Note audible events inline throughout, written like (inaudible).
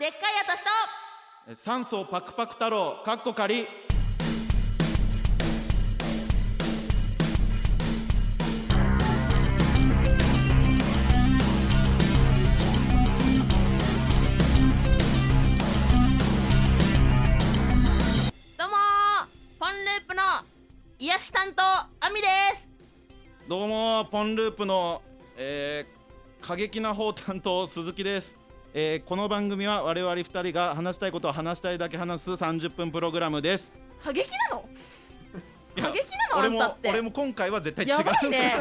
でっかい私と酸素パクパク太郎かっこかりどうもーファンループの癒し担当アミですどうもポンループの、えー過激な方担当鈴木です、えーこの番組は我々二人が話したいことを話したいだけ話す30分プログラムです過激なのいや過激なの俺あんたもって俺も今回は絶対違うやばいね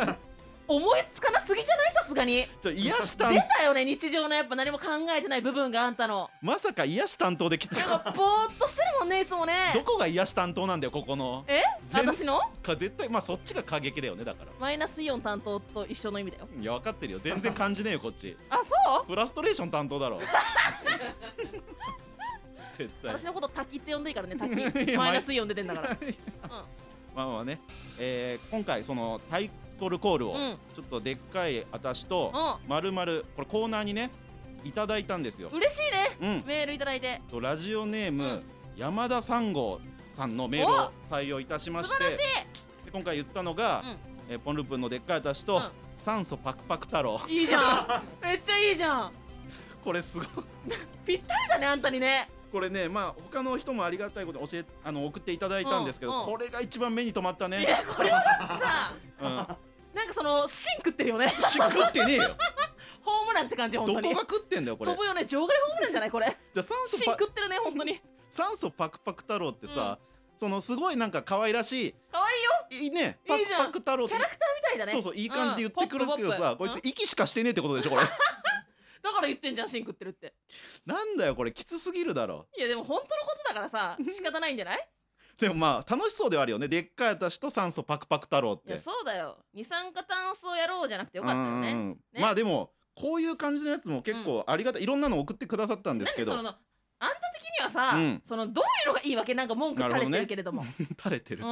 思いつかなすぎじゃないさすがにちょ癒し出担たよね日常のやっぱ何も考えてない部分があんたのまさか癒し担当できたなんかぼーっとしてるもんねいつもねどこが癒し担当なんだよここのえ全私のか絶対まあそっちが過激だよねだからマイナスイオン担当と一緒の意味だよいや分かってるよ全然感じねえよこっちあそうフラストレーション担当 (laughs) だろ絶対私のこと滝って呼んでいいからね (laughs) い滝やマイナスイオン出てんだから (laughs) まあまあね、えー今回そのタイトルコールをうんうんちょっとでっかい私とうまるまるこれコーナーにねいただいたんですよ、嬉しいねうん、メールいただいてとラジオネーム、うん山田三号さんのメールを採用いたしま素して晴らしいで今回言ったのが、うんえーポンループのでっかい私と、うん酸素パクパク太郎 (laughs) いいじゃんめっちゃいいじゃんこれすごいぴったりだねあんたにねこれねまあ他の人もありがたいことに教えあの送っていただいたんですけど、うんうんこれが一番目に留まったいね、やこれはだってさうん、なんかその芯食ってるよねし食ってねえよホームランって感じ (laughs) ど本こ当がに食ってんだよこれ飛ぶよね場外ホームランじゃない (laughs) これじゃあ酸素芯パ食ってるね本当に酸素パクパク太郎ってさ、そのすごいなんか可愛らし可愛いよいいいねパいいクじゃんパク太郎っキてャラクターみたいだねそうそういい感じで言ってくるけどさ、こいつつ息しかしてねえってことでしょこれだから言ってんじゃん芯食ってるって (laughs) なんだよこれきつすぎるだろいやでも本当のことだからさ仕方ないんじゃないでもまあ楽しそうではあるよねでっかい私と酸素パクパク太郎っいてやそうだよ二酸化炭素やろうじゃなくてよかったようんねうんうんまあでもこういう感じのやつも結構ありがたい、いろんなの送ってくださったんです何けそどのあんた的にはさ、うんそのどういうのがいいわけなんか文句垂れてるけれども垂れてる、うん、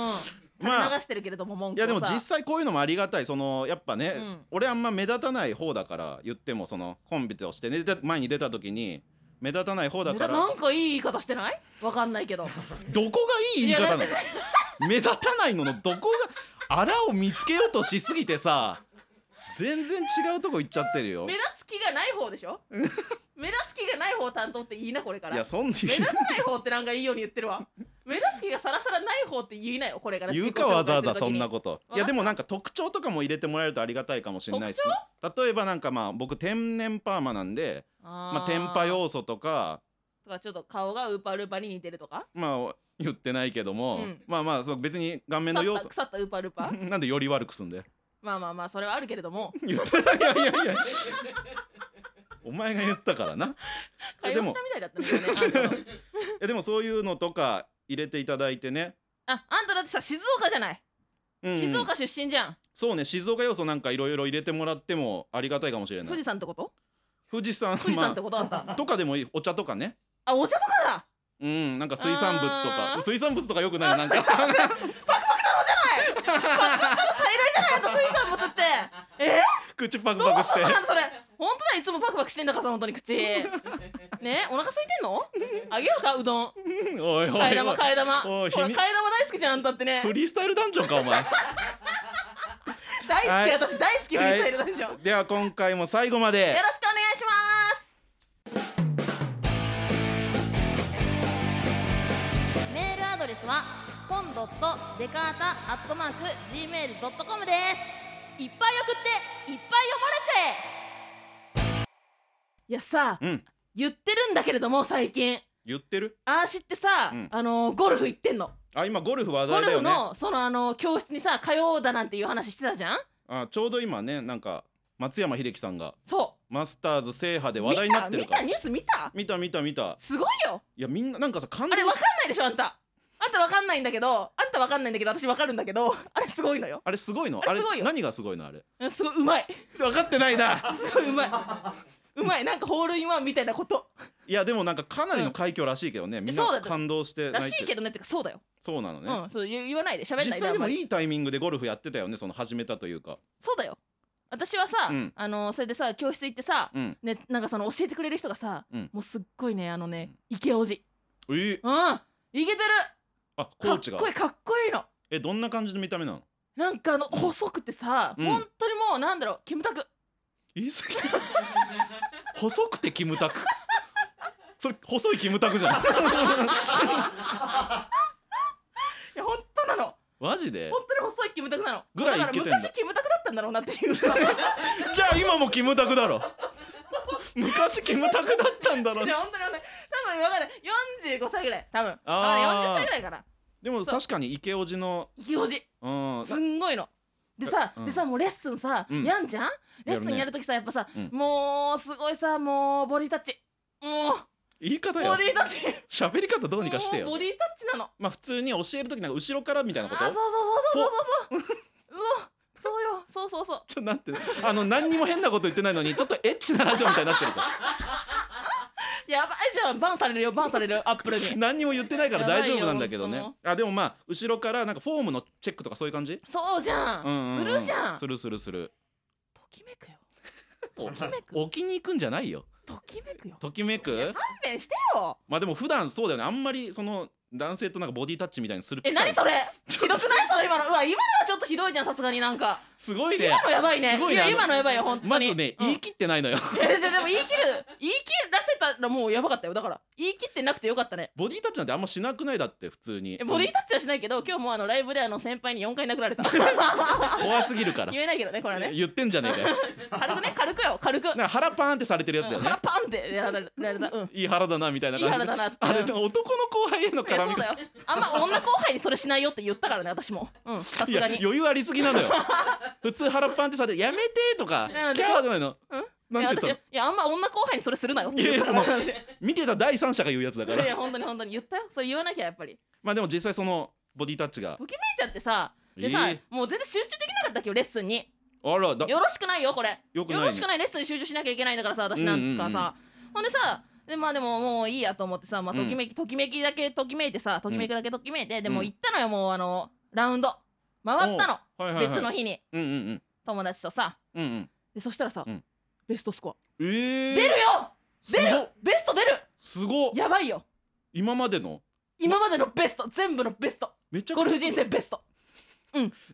まあ垂れ流してるけれども文い句をやさでも実際こういうのもありがたいそのやっぱね、うん俺あんま目立たない方だから言ってもそのコンビとしてねで前に出た時に目立たない方だなからんかいい言い方してないわかんないけどどこが (laughs) いい言い方なのいや目立たないののどこがあらを見つけようとしすぎてさ全然違うとこ行っちゃってるよ目立つ気がない方で (laughs) しょ目立つ気がない方担当っていいなこれからいやそんな (laughs) 目立たない方ってなんかいいように言ってる (laughs) わ目立つ気がさらさらない方って言いなよこれから言うかわざわざそんなこことわかったいやでもなんか特徴とかも入れてもらえるとありがたいかもしれないですね例えばなんかまあ僕天然パーマなんでとあまあ天パ要素とかとかちょっと顔がウーパールーパーに似てるとかまあ言ってないけども、うんまあまあそう別に顔面の腐要った素腐ったウーパールーパ (laughs) ーなんでより悪くすんだよまあまあまあそれはあるけれども言ってないいやいやいやお前が言ったからな会え話しでもたみたいだった (laughs) もんねえでもそういうのとか入れていただいてね、あのああんただってさ静岡じゃない、うんうん静岡出身じゃんそうね静岡要素なんかいろいろ入れてもらってもありがたいかもしれな富い士山ってこと富士山富士山ってまことあんた、あとかでもいいお茶とかねあお茶とかだうんなんか水産物とあかー水産物とかよくないなんか (laughs) 最大じゃないあんた水産物 (laughs) ってえ口パクどうパクしす (laughs) んてのなんそれ本当だいつもパクパクしてんだからさ本当に口ねお腹空いてんのあげようかうどんうんおいおいお替えい玉替え玉ほおらい替えひ玉に大好きじゃんあんたってねフリースタイルダンジョンかお前大好はきい私大好きフリースタイルなんでしょよろしくでは今回も最後まおで願いしますメールアドレスはポンドットデカータアットマーク gmail.com ですいっぱい送っていっぱい読まれちゃえいやさうん言ってるんだけれども最近言ってるあーしってさ、うんあのーゴルフ行ってんの、あ今ゴルフ話ゴ題ルだよフねのそのあのー教室にさ通おうだなんていう話してたじゃんあちょうど今ねなんか松山英樹さんがそマスターズ制覇でう話題になってる見た見かたらニュース見た見た見た見たすごいよいやみんななんかさ感あ動れわかしんないでしょあんたあんたわかんないんだけどあんたわかんないんだけど私わかるんだけど (laughs) あれすごいのよあれすごいのああれれすごいよ何がすごいのあれうんすごいうまい分かってな (laughs) いなすごいうまいうまいなんかホールインワンみたいなこといやでもなんかかなりの快挙らしいけどね、みんそうだなと感動してら泣いしていけどねってかそうだよ、そうなのね、うんそう言言わないで喋んない実際でもいいいタイミングでゴルフやってたよねその始めたというかそうだよ私はさ、うんあのそれでさ教室行ってさ、うんねなんかその教えてくれる人がさ、うんもうすっごいねあのねイケおじえうんイケてるあコかーっチがこいいかっこいいのえどんな感じの見た目なのなんかあの細くてさ、うん本当にもうなんだろうキムタク言い過ぎ細くてキムタクそれ細いキムタクじゃんいや本当なのマジで本当に細いキムタクなのぐらいイケてんだだから昔キムタクだったんだろうなっていうさ (laughs) 違うじゃあ今もキムタクだろ昔キムタクだったんだろ本当に本当に多分分かんない45歳ぐらい多分あーあ40歳ぐらいかなでも確かにイケオジのイケおじうんすんごいの。でさ、うんでさもうレッスンさ、うんやんじゃんレッスやるンねやるときさやっぱさ、うんもうすごいさもうボディタッチも言い方うよボディタッチ喋り方どうにかしてもうボよディタッチなのまあ普通に教える時なんか後ろからみたあいなこーそうそとうそうそうそうそうそうよそうそうそうちょっとなんてあの何にも変なこと言ってないのにちょっとエッチなラジオみたいになってる (laughs) からやばいじゃんバンされるよバンされ (laughs) るよアップルに何にも言ってないから大丈夫なんだけどやばいねよあでもまあ後ろからなんかフォームのチェックとかそういう感じそうじゃん,、うんうんうんするじゃんするするするときめくよ置ときめくきに行くんじゃないよときめくよときめく勘弁してよまあでも普段そうだよねあんまりその男性となんかボディタッチみたいにするえ機会何それひどくないそれ今のうわ今のはちょっとひどいじゃんさすがになんかすごいね今のやばいねすごいいねやあの今のやばいよ本当まにずねうん言い切ってないのよ (laughs) えじゃあでも言い切る言い切らせたらもうやばかったよだから言い切ってなくてよかったねボディタッチなんてあんましなくないだって普通にえボディタッチはしないけど今日もあのライブであの先輩に4回殴られ (laughs) た言怖すぎるからえないけどねこれはね言ってんじゃねえかよ軽くね軽くよ軽く、なんか腹パーンってされてるやつだうんよね腹パンってやられられた (laughs) うんいい腹だなみたいないい腹感じだなってあれうんい男の後輩へのや絡そみうだ方よあんま女後輩にそれしないよって言ったからね私もうんさいすやがに余裕ありすぎ (laughs) なのよ普通腹パンってされてやめてとかうんキャーじゃないのうんなんいやて言った私のいやあんま女後輩にそれするなよって言ったいやいやから私見てた第三者が言うやつだかいら (laughs) や本当に本当に言ったよそれ言わなきゃやっぱりまあでも実際そのボディタッ (laughs) チがときめいちゃってさでさ、えもう全然集中できなかったっけよレッスンにあらだよろしくないよこれよくないねろしくないレッスンに集中しなきゃいけないんだからさ私なんかさ、ほんでさでまあでももういいやと思ってさ、まあ、うんときめき、ときめきだけときめいてさときめくだけときめいて、でうもん行ったのよもうあのラウンド回ったの、おうはいはいはい別の日にうんうんうん友達とさうんうんでそしたらさ、うんベストスコア、えー、出るよす出ごるっベスト出るすごっやばいよ今までの今までのベスト全部のベストめちゃくちゴゃルフ人生ベスト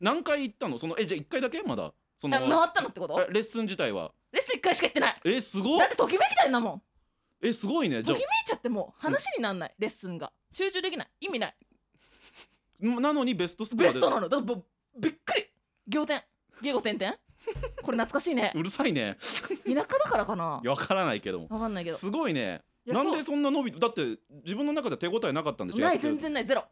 何回行ったのそのえじゃあ一回だけまだそのあ回ったのってことえレッスン自体はレッスン1回しか行ってないえすごだっってときめきたいんだもんえすごいねじとゃきめいちゃってもう話になんない、レッスンが集中できない意味ないあなのにベストスコアベでストなのだからぼびっくり仰天ゲゴ (laughs) 点々これ懐かしいねうるさいね田舎だからかないやわからないけどもわかんないけどすごいねいやなんそでそんな伸びただって自分の中では手応えなかったんでしうょない全、然ないゼロ、やっ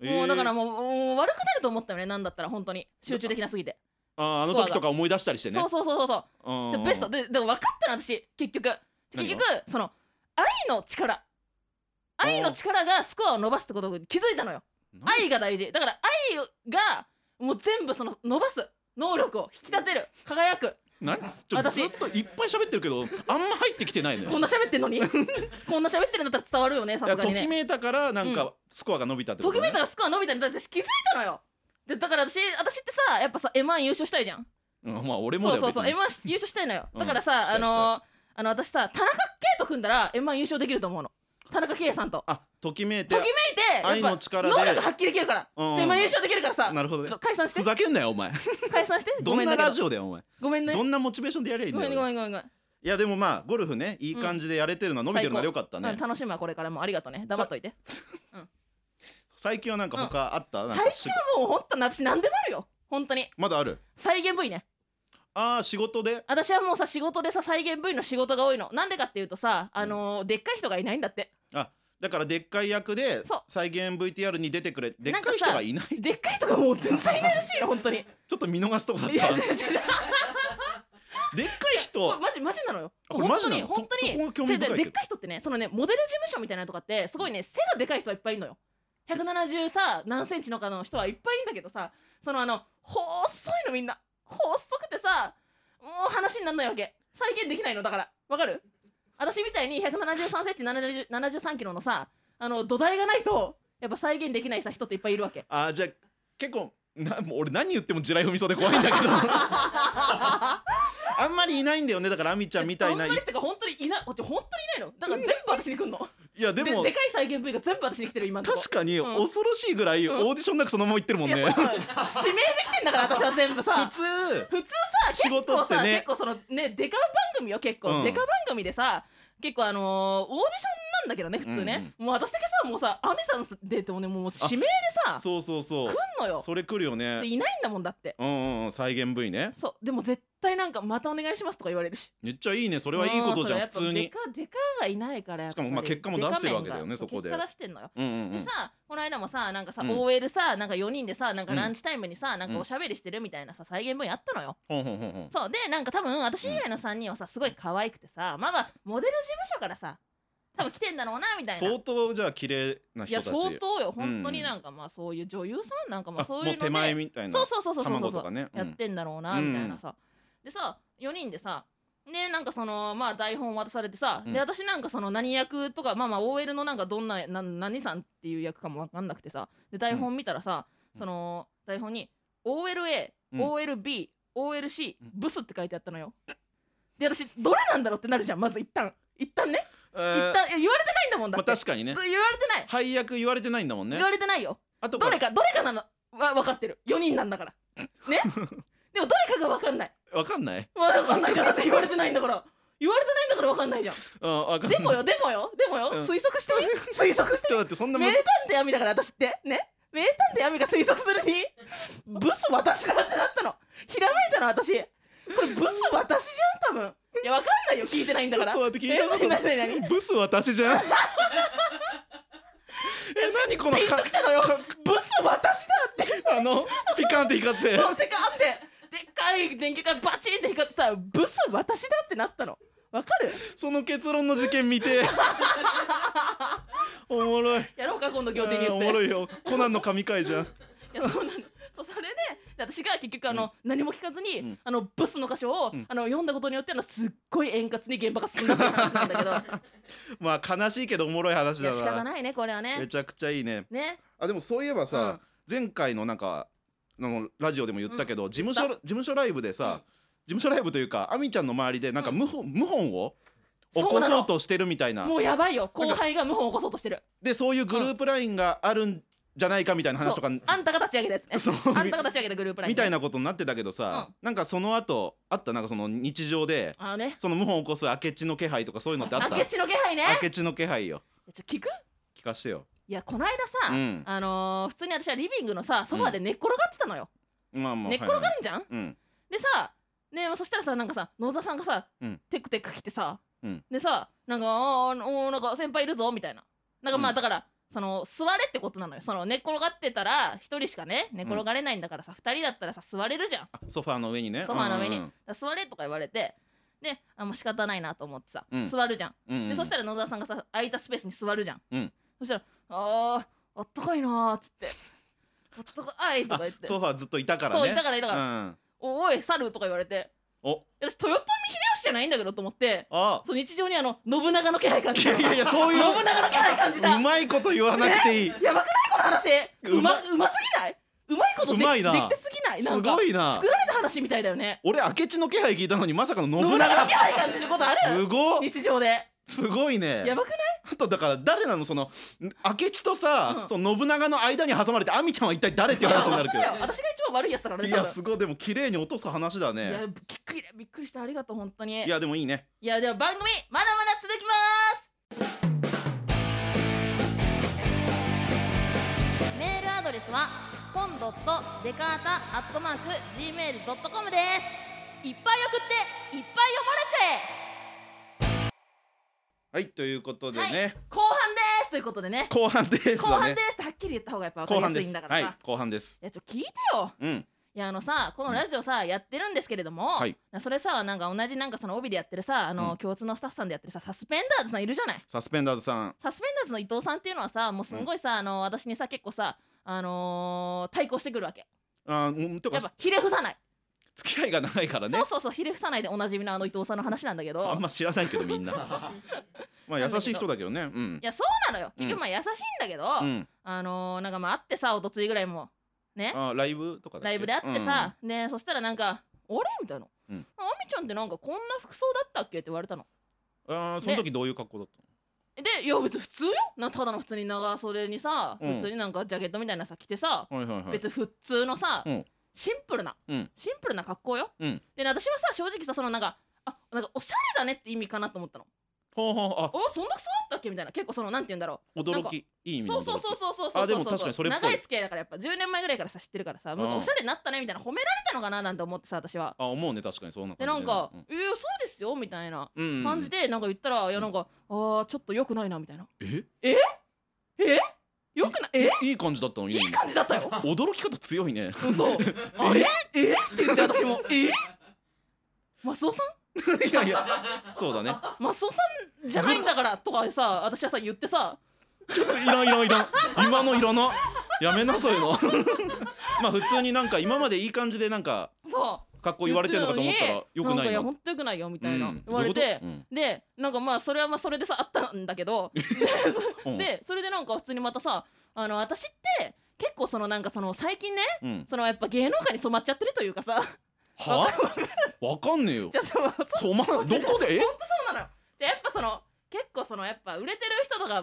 てるもうだからえーもうもう悪くなると思ったよねなんだったら本当に集中できなすぎて、あーあのスコアが時とか思い出したりしてねそうそうそうそうそううんじゃあベストででも分かったの私結局結何が局その愛の力ー愛の力がスコアを伸ばすってことに気づいたのよなん愛が大事だから愛がもう全部その伸ばす能力を引き立てる輝く何ちょ私ずっといっぱい喋ってるけどあんま入ってきてないのよこんな喋ってん (laughs) のにこんな喋ってるんだったら伝わるよねさいやすがとにきねめいたからなんうかスコアが伸びたってとこと、きめねいたらスコア伸びたんだって私気づいたのよでだから私私ってさやっぱさ M1 優勝したいじゃんうん、まあ俺もそうだよそうそう別 M1 に優勝したいのようんだからさ、したいあのーあの私さ田中圭と組んだら M1 優勝できると思うの田中圭さんとあときめいてときめいて愛やっのぱ力で能力発揮できるから、うんで M1 優勝できるからさなるほどねちょっと解散してふざけんなよ (laughs) お前解散してどんなごめんだけどラジオだよお前ごめんねどんなモチベーションでやりゃいいんごだめんごよめんごめんごめんいやでもまあゴルフねいい感じでやれてるのは伸びてるのは最よ高かったうんね楽しむわこれからもありがとうね黙っといて最近はなんか他あった、なんか最近はもう本当私何でもあるよ本当にまだある再現部位ねああ仕事で私はもうさ仕事でさ再現部位の仕事が多いのなんでかっていうとさあのーでっかい人がいないんだってだからでっかい役でそう再現 VTR に出てくれでっなんかさかい人がいない (laughs) ちでっかい人がもう全然いないらしいの本当にょっと見逃すとこだっいや違たわう違う違うでっかいこれ人マジマジなのよあこれマジなの本当にそそこが本当興に味違う違う深いでけっどかい人ってねそのねモデル事務所みたいなのとかってすごいね背がでかい人はいっぱいいるのよ170さ何センチのかの人はいっぱいいるんだけどさそのあの細いのみんな細くてさもう話になんないわけ再現できないのだからわかる私みたいに1 7 3センチ7 7 3キロのさあの土台がないとやっぱ再現できないさ人っていっぱいいるわけあ (laughs) ーじゃあ結構なもう俺何言っても地雷踏みそうで怖いんだけどあんまりいないんだよねだからアミちゃんみたいなあんいまりってか本当にいないだって本当にいないのだから全部私に来んのやででもでかい再現 V が全部私に来てる今のとこ確かにうん恐ろしいぐらいオんーディションなくそのまま行ってるもんねいやそうなのよ指名できてんだから私は全部普さ通普通さ結仕事構ってねさ、結構そのねデカ番組よ結構、うんデカ番組でさ結構あのーオーディションなんだけどね普通ね、もう私だけさもうさアミさんでともねもう指名でさ来そうそうそうんのよそれ来るよでねいないんだもんだってうんうんうん再現部位ねそうでも絶対なんかまたお願いしますとか言われるしめっちゃいいねそれはいいことじゃんう普それ通やっにぱデカデカがいないからやっぱりしかもまあ結果も出してるわけだよデカ面がねそこで結果出してんのようんうんうでんさこの間もさなんかさ、うん OL さなんか4人でさなんかうんランチタイムにさ、なんうかんおしゃべりしてるみたいなさ再現分やったのよ、ほんほんほんほんそうでなんか多分私以外の3人はさすごい可愛くてさまあまあモデル事務所からさ多分来てんだろうなみたいな相当じゃあ綺麗ない人やたち相当ようん本当になんかまあそういう女優さんなんかまああそうもいううので手前みたいなそうそうそうそうそうそ卵うとかねうやっんてんだろうな、うんみたいなさでさ4人でさねなんかそのまあ台本渡されてさ、うんで私なんかその何役とかまあまあ OL のなんかどんなな何さんっていう役かも分かんなくてさで台本見たらさ、うんその台本に OLA、うん OLB、OLC うんブスって書いてあったのよで私どれなんだろうってなるじゃんまず一旦一旦ね、え一ー旦え言われてないんだもんだまあって、確かにね言われてない、配役言われてないんだもんね言われてないよあとどれかどれかなのは分かってる4人なんだから (laughs) ねでもどれかが分かんないわかんないまだ分かんないじゃんだって言われてないんだから言われてないんだから分かんないじゃんうんわかんなでいもよでもよでもよ、うん推測してみ推測してちょっと待って (laughs) そんなみむ名ず探偵闇だから私ってね名探偵闇が推測するにブス私だってなったのひらめいたの私これブス私じゃん多分いや分かんないよ聞いてないんだからちょっと待って聞いたことえ何何何ブス私じゃ (laughs) んえ何このピンとかきたのよかブス私だってあのピカンって光ってそうでかってでっかい電球がバチンって光ってさブス私だってなったのわかるその結論の事件 (laughs) 見ておもろいやろうか今度あ仰天ニューースおでもろいよコナンの神回じゃんいやそうなの (laughs) そうそれでで私が結局あの、何も聞かずに、うんあのブスの箇所を、うんあの読んだことによってあのすっごい円滑に現場が進んだっていう話なんだけど (laughs) まあ悲しいけどおもろい話いだや仕方なないねこれはめねちゃくちゃいいねねあでもそういえばさ、前回のなんかのラジオでも言ったけど、事務所事務所ライブでさ、事務所ライブというかあみちゃんの周りでなんかうん謀反,、謀反を起そうこなのそうとしてるみたいなもうやばいよ後輩が謀反を起こそうとしてるでそういうグループラインがあるんじゃないかみたいな話とか (laughs) そうあんたが立ち上げたやつねそうあんたが立ち上げたグループラインみたいななことになってたけどさ、うなんかその後あったなんかその日常であのねその謀反を起こす明智の気配とかそういうのってあった明智の気配ね明智の気配よいやちょ聞く聞かしてよいやこの間さ、うんあのー普通に私はリビングのさソファーで寝っ転がってたのよ、まあまあ寝っ転がはいはいるんじゃん、うんでさねそしたらさなんかさ野田さんがさ、うんテクテク来てさ、うんでさなんか「あーおーなんか先輩いるぞ」みたいななんかまあ、うんだからその座れってことなのよその寝っ転がってたら一人しかね寝転がれないんだからさ、二人だったらさ座れるじゃんあソファーの上にねソファーの上に、うだんから座れとか言われてであもう仕方ないなと思ってさ、うん座るじゃんうんうんでそしたら野沢さんがさ空いたスペースに座るじゃん、うんそしたら「あーあったかいな」っつって「あったかい」とかあ言ってソファーずっといたからねそういたからいたから「うんおおい猿」とか言われてお私豊臣秀吉じゃないんだけどと思ってあそう日常にあの信長の気配感じいたやいやいやそういう信長の気配感じたうまいこと言わなくていい、やばくないこの話うまううますぎないうまいことでうまいきなできてすぎないなすんかごいな作られた話みたいだよね俺明智の気配聞いたのにまさかの信信長長の気配感じることあするごい日常ですごいねやばくないあとだから誰なのその明智とさ、うんその信長の間に挟まれて亜美ちゃんは一体誰っていう話になるけいやど私が一番悪いやつだからねい多や分すごいでも綺麗に落とす話だいやねびっくりびっくりしたありがとう本当にいやでもいいねいやでは番組まだまだ続きまーすメールアドレスはポンドットデカータアットマーク Gmail.com ですいっぱい送っていっぱいはいということで読まれちゃえ、ね、はい、後半ですということでね後半です後わ半ねですってはっきり言った方がやっぱ分か後り半やでいすんすだからはさ、い後半ですいやちょっと聞いてようんいやあのさこのラジオさ、やってるんですけれども、はいそれさなんか同じなんかその帯でやってるさあの、うん共通のスタッフさんでやってるさサスペンダーズさんいるじゃないサスペンダーズさんサスペンダーズの伊藤さんっていうのはさもうすんごいさ、あの私にさ結構さあのー対抗してくるわけあーうんとやかっぱひれ伏さない、付き合いが長いからねそうそうそうひれ伏さないでおなじみのあの伊藤さんの話なんだけどあんま知らないけどみんな (laughs) まあ優しい人だけどねうんいやそうなのようん結局まあ優しいんだけど、うんあのーなんかまあ会ってさおとついぐらいもねあーライブとかだっけライブで会ってさ、でそしたらなんか「俺?」みたいな「うんああみちゃんってなんかこんな服装だったっけって言われたのあーその時どういう格好だったのでいや別に普通よなただの普通に長袖にさ、うん普通になんかジャケットみたいなさ着てさ、はいはいはい別に普通のさ、うんシンプルな、うんシンプルな格好よ、うんで私はさ正直さそのなんかあなんかおしゃれだねって意味かなと思ったのほうほうあおそんな服装だったっけみたいな結構そのなんて言うんだろなん驚かきいいう意味そのう驚きそうそうそうそうそうあでも確かにそれっぽい長い付き合いだからやっぱ10年前ぐらいからさ知ってるからさなんかおしゃれになったねみたいな褒められたのかななんて思ってさ私はあ思うね確かにそんなで感じだなねんか「いやそうですよ」みたいなうんうんうん感じでなんか言ったらいやなんか「あーちょっと良くないな」みたいなえ「え良くないえいい感じだったのいいい感じだったよ」驚き方強い (laughs) ねそうあれえって言って私も「えマスオさんいやいやそうだねマスオさんじゃないんだから」とかさ私はさ言ってさいらんいらんいらん今のいらなやめなそういうの (laughs) まあ普通になんか今までいい感じでなんかそう格好言われてるのかと思ったらよくんかないいなやほんとよくないよみたいなうん言われて、どういうこでなんかまあそれはまあそれでさあったんだけどとうんでそれでなんか普通にまたさあの私って結構そのなんかその最近ねうんうんそのやっぱ芸能界に染まっちゃってるというかさはわかんねえよ (laughs) じゃあそのそうそうお前どこでえそうなのよじゃあやっぱその結構そのやっぱ売れてる人とか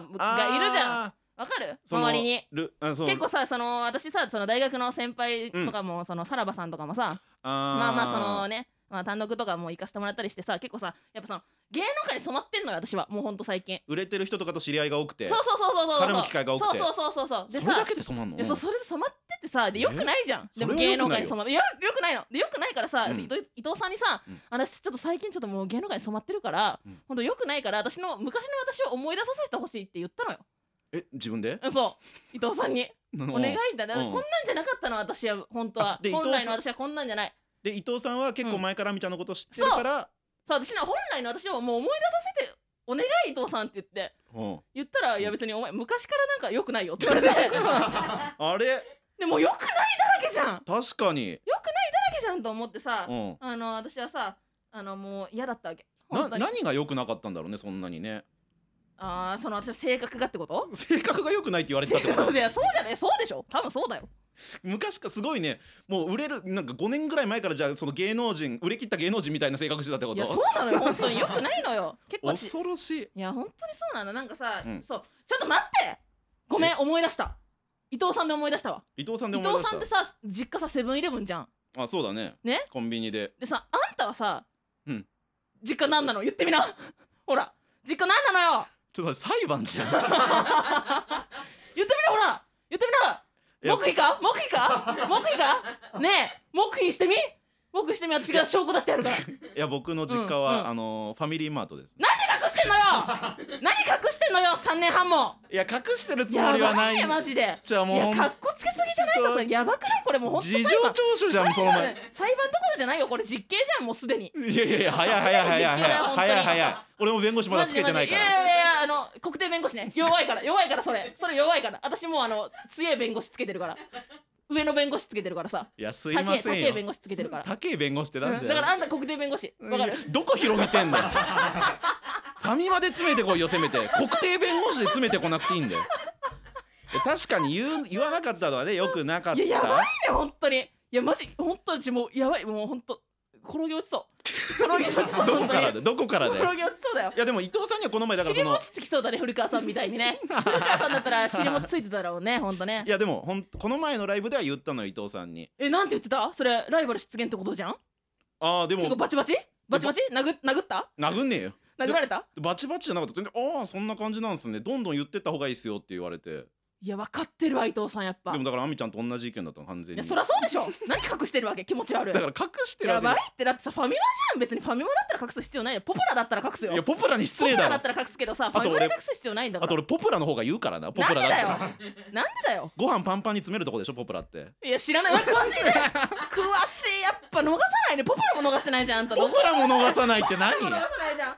がいるじゃんんわかる周りにるあそう結構さその私さその大学の先輩とかも、そのさらばさんとかもさままあまあそのね、まあ、単独とかも行かせてもらったりしてさ結構さやっぱその芸能界に染まってんのよ私はもうほんと最近売れてる人とかと知り合いが多くてそうそうそうそうそうそう絡む機会が多くてそうそうそうそうそうでそれださけでそうなんのいやそうそれで染まってってさでよくないじゃんえでもそれは芸良能くな界いよに染まっていやよくないのでよくないからさ、うん伊藤伊藤さんにさ、うん私ちょっと最近ちょっともう芸能界に染まってるから、うんほんとよくないから私の昔の私を思い出させてほしいって言ったのよえ自分でうんそう伊藤さんにおお願いみたいな、 (laughs) うんこんなんじゃなかったの私は本当あはで伊藤本さん来の私はこんなんじゃないで伊藤さんは結構前からみたいなことを知ってるから、そう私の本来の私をもう思い出させてお願い伊藤さんって言ってうん (laughs) 言ったら「いや別にお前昔からなんか良くないよ」って言われてあれでも良くないだらけじゃんだら確かに、けじゃんと思ってさ、うん、あの私はさあのもう嫌だったわけな本当に何が良くなかったんだろうねそんなにねあーその私の性格がってこと性格が良くないって言われてたってこそうと (laughs) いやそうじゃねそうでしょ多分そうだよ昔からすごいねもう売れるなんか5年ぐらい前からじゃあその芸能人売れ切った芸能人みたいな性格してたってこいやそうとなのよ本当に良くないの (laughs) よ結構私恐ろしいいや本当にそうなのなんかさ、うんそうちょっと待ってごめん思い出した伊藤さんで思い出したわ伊藤さんで伊思い出藤しさんたってさ実家さセブンイレブンじゃんあそうだねねコンビニででさあんたはさ、うん実家なんなの言ってみな (laughs) ほら実家なんなのよちょっと待って裁判 (laughs) じゃん言ってみなほら言ってみないや黙秘か黙秘 (laughs) か黙秘かねえ黙秘してみ黙秘してみ私が証拠出してやるからいや僕の実家は、うんうんあのーファミリーマートです何隠してんのよ何隠してんのよ3年半もいや隠してるつもやりはなばいいねマジでじゃあいもうほやんかっこつけすぎじゃないちょっさとそれやばくないこれもうほんと事裁情判聴取じゃんその前裁判どころじゃないよこれ実刑じゃんもうすでにいやいやいや早い早い早い実況だ早いよ本当に早い早い俺も弁護士まだつけてないかマジらでマジでいやいやいやあの国定弁護士ね弱いから弱いからそれそれ弱いから私もうあの強い弁護士つけてるから上の弁護士つけてるからさいやすい高まいせ高んいよ弁護士つけてるから高い弁護士ってなんだうんよだからあんた国定弁護士わかるどこ広げてんだよファミマで詰めてこいよせめて国定弁護士で詰めてこなくていいんだよいや確かに言う言わなかったのはねよくなかったいややばいね本当にいやマジ本当私もうやばいもう本当転げ落ちそう転げ落ちそう (laughs) どこから本だどこから当だによ転げ落ちそうだよいやでも伊藤さんにはこの前だからそ尻の餅つきそうだね古川さんみたいに (laughs) ね古川さんだったら尻餅ついてたろうね本当ねいやでもほんこの前のライブでは言ったのよ伊藤さんにえなんて言ってたそれライバル出現ってことじゃんああで結構もバチバチバチバチ殴殴った殴んねえよ殴られたバチバチじゃなかった全然ああそんな感じなんすねどんどん言ってった方がいいっすよって言われていや分かってるわ伊藤さんやっぱでもいだから亜美ちゃんと同じ意見だったの完全にやそりゃそうでしょ (laughs) 何隠してるわけ気持ち悪いだから隠してるやわけばいだってだってさファミマじゃん別にファミマだったら隠す必要ないよポプラだったら隠すよいやポプラに失ポプ礼ラだだろったら隠すけどさフとァミマ俺で隠す必要ないんだかあとら俺ポプラの方が言うからなポプラなんでだだっよたらなんでだよご飯パンパンに詰めるとこでしょポプラっていや知らないわ詳し (laughs) いね詳しいやっぱ逃さないねポプラも逃してないじゃんあんたポプラも逃さないって何逃さないじゃん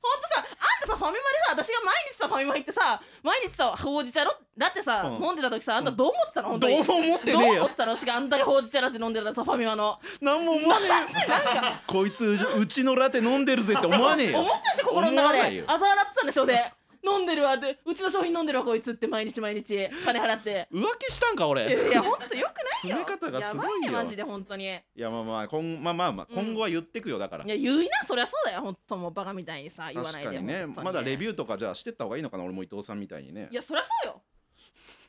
ほんとさあんたさファミマでさ私が毎日さファミマ行ってさ毎日さほうじ茶ろだってさ、うん飲んでた時さあんたどう思ってたの本当どにうも思ってどうねえ思っよてたのしかあんだけほうじ茶ラテ飲んでたらさファミマの何も思わねえよこいつうちのラテ飲んでるぜって思わねえよ思ってたでしょ心の中思わないでよあざ笑ってたんでしょで飲んでるわってうちの商品飲んでるわこいつって毎日毎日金払って浮気したんかいや俺いやほんとよくないよ詰め方がすごいよやばいマジで本当にいやいやまあまあ今,、まあまあまあ、うん今後は言ってくよだから言いなそりゃそうだよ本当もうバカみたいにさ言わない確でかにね本当まだレビュューとかじゃあしてった方がいいのかな俺も伊藤さんみたいにねいやそりゃそうよ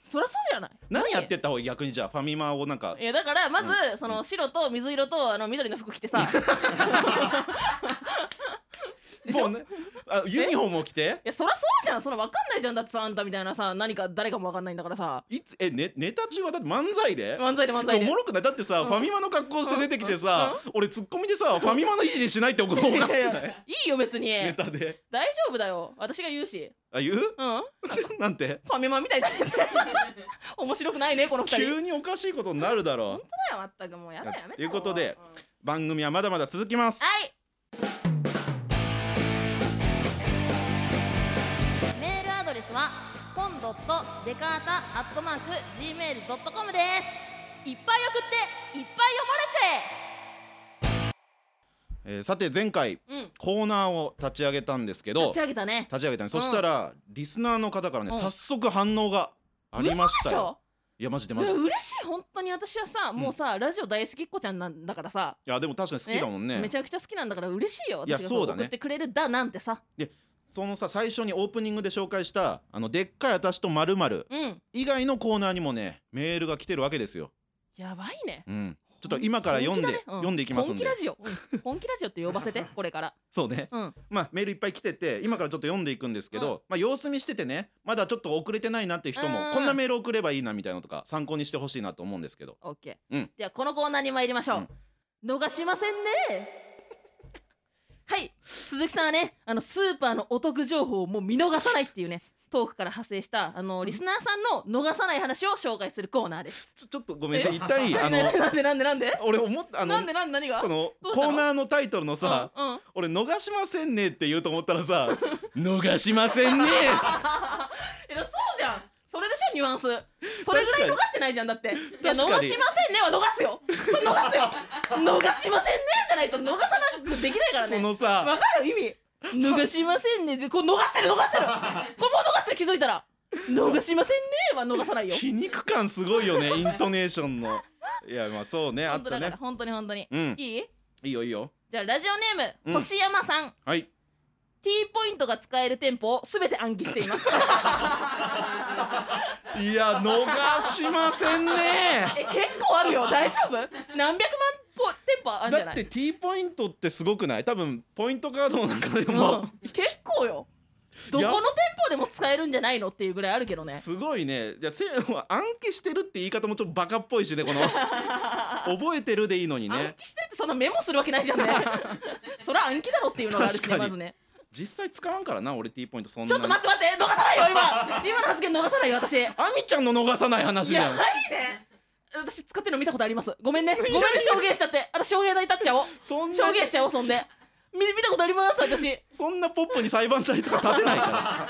そりゃそうじゃない何やってった方がいい逆にじゃあファミマをなんかいやだからまず、その白と水色とあの緑の服着てさいでしもょうねあユニフォームを着てやそりゃそうじゃんその分かんないじゃんだってさあんたみたいなさ何か誰かも分かんないんだからさいつえ、ね、ネタ中はだって漫才で漫才で漫才おでもろくないだってさ、うんファミマの格好して出てきてさ、俺ツッコミでさファミマの維持にしないってことおかしくないやいいやいいよ別にネタで大丈夫だよ私が言うしあ (laughs) 言ううんなんてファミマみたいだ (laughs) ね面白くないねこの二人急におかしいことになるだろうだよ全くもうやだやめということでうん番組はまだまだ続きますはいメールアドレスはポンドットデカータアットマーク Gmail.com ですいっぱい送っていっぱい読まれちゃええーさて前回うんコーナーを立ち上げたんですけど立ち立上げたねち上げたねそしたら、リスナーの方からね、うん早速反応がありまし嘘でたしよょいやマジでいマやジでい嬉しい本当に私はさもうさ、ラジオ大好きっ子ちゃんなんだからさやでも確かに好きだもんねめちゃくちゃ好きなんだから嬉しいよいや私がそうだね送ってくれるだなんてさそのさ最初にオープニングで紹介したあのでっかい私とまるまるうん以外のコーナーにもねメールが来てるわけですよ。やばいねうん、ちょっと今から読んで、本気だねう読んでいきますんで本気ラジオ、うん本気ラジオって呼ば (laughs) せてこれからそうね、うんまあメールいっぱい来てて今からちょっと読んでいくんですけど、うまあ様子見しててねまだちょっと遅れてないなっていう人もうんこんなメール送ればいいなみたいなのとか参考にしてほしいなと思うんですけど OK、うんではこのコーナーに参りましょう、うん逃しませんねはい鈴木さんはねあのスーパーのお得情報をもう見逃さないっていうねトークから派生したあのリスナーさんの逃さない話を紹介するコーナーですちょちょっとごめんえね一体あなのん (laughs) でなんでなんでなんで俺思ったあのなんでなんで何がこのどうしたコのーナーのタイトルのさ、うんうん俺逃しませんねって言うと思った (laughs) らさ逃しませんねえそうじゃんそれでしょニュアンスそれぐらい逃してないじゃんだっていや逃し確かまにせんねは逃すよそれ逃すよ逃しませんねじゃないと逃さなくできないからそねのさわかる意味逃しませんねでこう逃してる逃してるこれもう逃してる気づいたら逃しませんねは逃さないよ皮肉感すごいよねイントネーショ (laughs) ンのいやまあそうねあ本っ当ただかねら本当に本当にうんいいいいよいいよじゃあラジオネーうムん星山さん、はい T ポイントが使える店舗をすべて暗記していますいや逃しませ (laughs) んねえ結構あるよ大丈夫何百万ポ店舗あるんじゃだなっいて T ポイントってすごくない多分ポイントカードの中でうもん、結構よどこの店舗でも使えるんじゃないのっていうぐらいあるけどね (laughs) すごいねいやせ (laughs) 暗記してるって言い方もちょっとバカっぽいしねこ (laughs) の覚えてるでいいのに暗ね記してるってそんなメモするわけないじゃん (laughs) ねそれは暗記だろっていうのがあるし確ねかにまずね実際使わんからな俺 T ポイントそんなちょっと待って待って逃さないよ今今の発言逃さないよ私やアミちゃんの逃さない話だばよいね私使ってるの見たことありますごめんねごめんね証言しちゃって私証言台立っちゃおうそんな証言しちゃおうそんで見見たことあります私いそんなポップに裁判台とか立てないか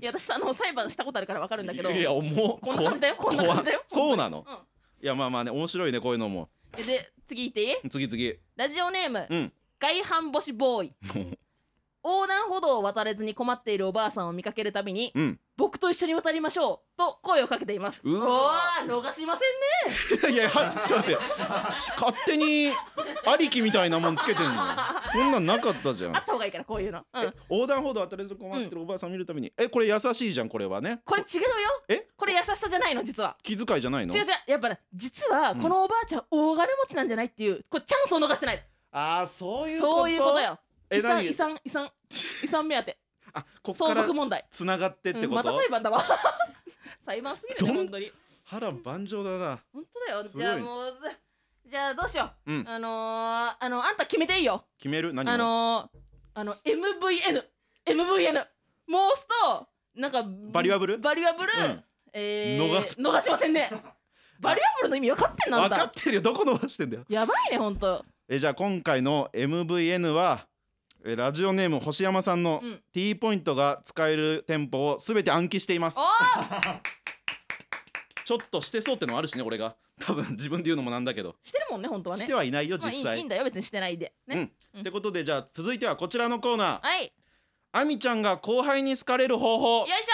や私あの裁判したことあるからわか (laughs) るんだけどらいや重っこんな感じだよこんな感じだよそうなのうんいやまあまあね面白いねこういうのもえで次行っていい次次ラジオネーム、うん外反母趾ボーイ横断歩道を渡れずに困っているおばあさんを見かけるたびにうん僕と一緒に渡りましょうと声をかけていますうおわー逃しませんね (laughs) いやはちょっと待ってし勝手にありきみたいなもんつけてんのそんなんなかったじゃんあった方がいいからこういうの、うんえ横断歩道渡れず困ってるおばあさん見るたびにえこれ優しいじゃんこれはねこれ違うよえこれ優しさじゃないの実は気遣いじゃないの違う違うやっぱね実はうんこのおばあちゃん大金持ちなんじゃないっていうこれチャンスを逃してないああそういうことそういうことよえ遺産何遺産遺産遺産目当てあ (laughs) こっか相ら続問題つながってってうんこまと、た裁判だわ (laughs) 裁判すぎるねどん本当に腹万丈だな本当だよすごいじゃあもうじゃあどうしよううんあのー、あのあんた決めていいよ。決める何をあのー、あの MVN MVN モーストなんかバリュアブルバリュアブル、うんえー、逃す逃しませんね。 (laughs) バリュアブルの意味分かってんなん分かだっ。てるよどこ伸ばしてんだよやばいね本当。えじゃあ今回の MVN はえラジオネーム星山さんのうん T ポイントが使える店舗をすべて暗記していますおーちょっとしてそうってのもあるしね俺が多分自分で言うのもなんだけど、してるもんね本当はね。してはいないよ実まあいいいい際んだよ別にしてないで。ね。うんってことでじゃあ続いてはこちらのコーナーはい。あみちゃんが後輩に好かれる方よ法いし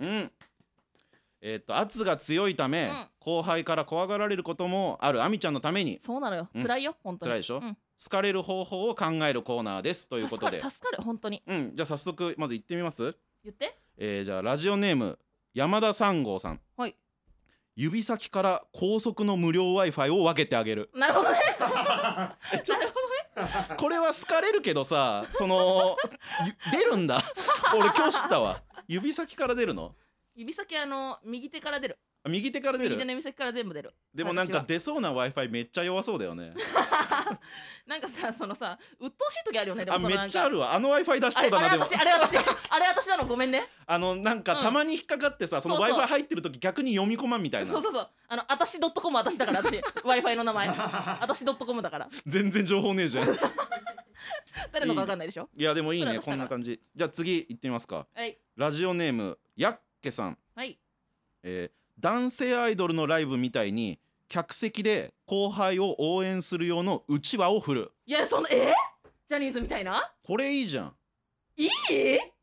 うんえーっと圧が強いため、うん後輩から怖がられることもあるあみちゃんのためにそうなのようん辛いよ本当に辛いでしょうん好かれる方法を考えるコーナーですというこ助とかでる助かる本当にうんじゃあ早速まず行ってみます言 (laughs) ってえー、じゃあラジオネーム山田三号さんはい指先から高速の無料 w i f i を分けてあげるなるほど (laughs) ねなるほどねこれは好かれるけどさそのゆ出るんだ俺今日知ったわ指先から出るの指先あの右手から出るあ右手から出右手のる指先から全部出る (laughs) でもなん私かは出そうな w i f i めっちゃ弱そうだよねなんかさそのさ鬱陶しい時あるよねでもあそのめなっんちゃかあるわあの w i f i 出しあそれうだあなれでも私あれ私あれ私なのごめんねあのなんかうんたまに引っかかってさそのそう w そう i f i 入ってる時逆に読み込まんみたいそなうそうそうあのあたし .com 私だから私 w i f i の名前あたし .com だから全然情報ねえじゃんい誰のか分かんないでしょやでもいいそねれ私こだんからな感じじゃあ次行ってみますかはいラジオネームやっけさんはいえー男性アイドルのライブみたいに客席で後輩を応援する用のうちわを振るいやそのえジャニーズみたいなこれいいじゃんいい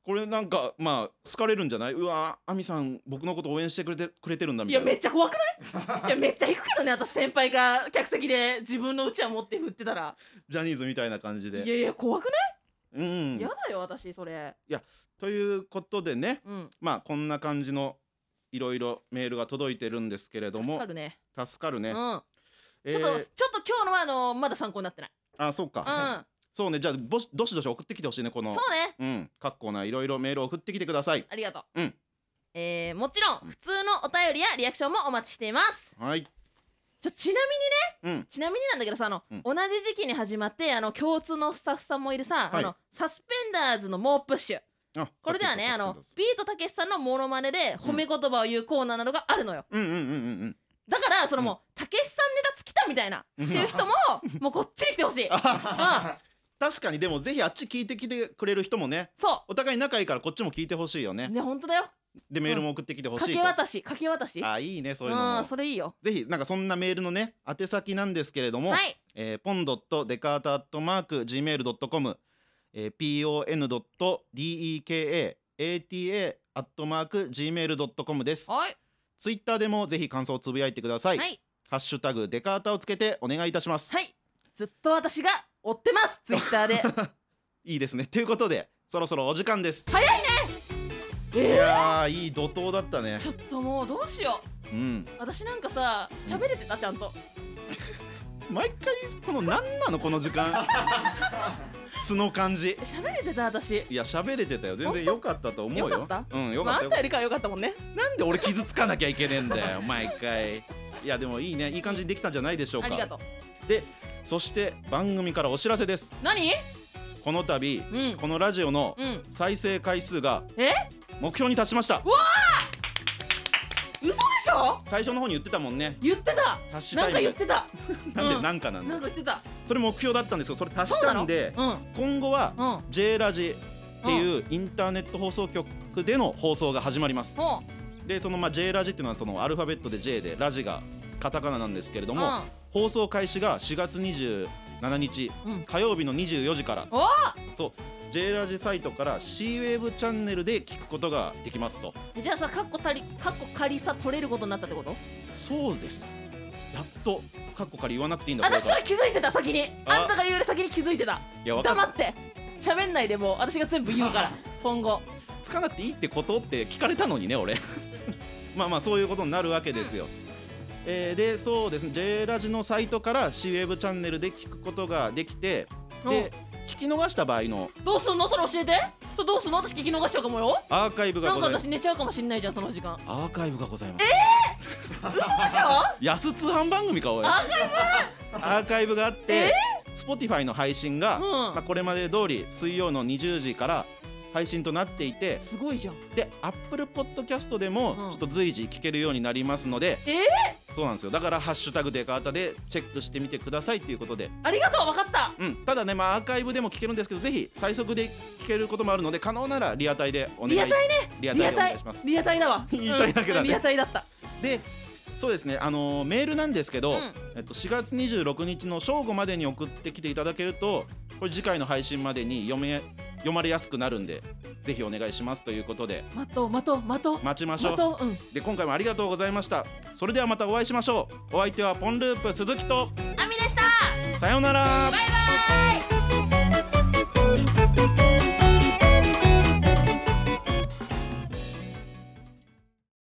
これなんかまあ好かれるんじゃないうわあみさん僕のこと応援してくれてくれてるんだみいたやいなめっちゃ怖くないいやめっちゃ引くけどね私先輩が客席で自分のうちわ持って振ってたらジャニーズみたいな感じいでやいや怖くない、うんやだよ私それということでねうんまあこんな感じのいろいろメールが届いてるんですけれど助もかるね助かるねうん、ちょえっとちょっーと今日のはあのまだ参考になってないあそううん、かそうねじゃあぼしどしどし送ってきてほしいねこのそうねうんかっこないろいろメールを送ってきてくださいありがとう、うんえーもちろん普通のお便りやリアクションもお待ちしていますはいちょちなみにうんちなみになんだけどさあの、うん同じ時期に始まってあの共通のスタッフさんもいるさ、はいあのサスペンダーズの猛プッシュあこれではねさっあきの言ったサスペビーンダーズトたけしさんのモノマネで褒め言葉を言うコーナーなどがあるのよ、うんうんうんだからそのもうたけしさんネタ尽きたみたいなうんっていう人ももうこっちに来て (laughs) ほしい、うん、確かにでもぜひあっち聞いてきてくれる人もねそお互い仲いいからこっちも聞いてほしいよねうね本当だよでメールも送ってきてほしかいと、け渡しかけ渡しあいいねそういうのうもんそれいいよぜひなんかそんなメールのね宛先なんですけれども、はいえー、ポンドットデカータアットマーク gmail.com、えー、pon.dekata アットマーク gmail.com ですはいツイッターでもぜひ感想をつぶやいてくださ、はいいハッシュタグデカータをつけてお願いいたします、はいずっと私が追ってますツイッターで (laughs) いいですねということでそろそろお時間です早いねいえやーいい怒涛だったねー、ちょっともうどうしよううん、私なんかさ喋れてたちゃんと毎回この何なのこの時 (laughs) 間素の感じ喋れてた私いや喋れてたよ全然良かったと思うよよかったうん良まかあ、っあんたよたよりかは良かったもんねなんで俺傷つかなきゃいけねえんだよ毎回いやでもいいねいい感じにできたんじゃないでしょうありがかとうでそして番組からお知らせです何この度うんこのラジオのうん再生回数がえ目標に達しました嘘でしょ最初の方に言ってたもんね言ってた達しなたんかい言みってたたい (laughs) なんでなんかなんなんだか言ってたそれ目標だったんですよそれ足しそうなたのんでうん今後はうん J ラジっていうインターネット放送局での放送が始まりますほでそのまあ J ラジっていうのはそのアルファベットで J でラジがカタカナなんですけうれどうんも、放送開始が4月27日うん火曜日の24時からおーそう J ラジサイトから C ウェーブチャンネルで聞くことができますとえじゃあさカッコたりカッコ仮さ取れることになったってことそうですやっとカッコから言わなくていいんだこれ私からは気づいてた先にああんたが言うより先に気づいてたいやわか黙っって喋んないでもう私が全部言うから (laughs) 今後つかなくていいってことって聞かれたのにね俺 (laughs) まあまあそういうことになるわけですよ、えーでそうですね J ラジのサイトから C ウェーブチャンネルで聞くことができてで聞き逃した場合のどうすんのそれ教えてそれどうすんの私聞き逃しちゃうかもよアーカイブがなんごかざいま私す寝ちゃうかもしんないじゃんその時間アーカイブがございます嘘でしょ安通販番組かおいアアーカイブがあって、Spotify の配信が、うんまあ、これまで通り水曜の20時から配信となっていてすごいじゃんで Apple Podcast でもうんちょっと随時聞けるようになりますので、えそうなんですよだから「ハッシュタグデカータ」でチェックしてみてくださいということで、ありがとうわかったうん、ただね、まあ、アーカイブでも聞けるんですけどぜひ最速で聞けることもあるので可能ならリアタイでお願いリアタイリアタリアイでおタ願イいしますリアタイだわ言いたいだけだねうんリアタイだったでそうですねあのーメールなんですけど、うんえっと、4月26日の正午までに送ってきていただけるとこれ次回の配信までに読み読まれやすくなるんでぜひお願いしますということで待とう待とう待とう待ちましょ待うとううんで今回もありがとうございましたそれではまたお会いしましょうお相手はポンループ鈴木とアミでしたさようならバイバイ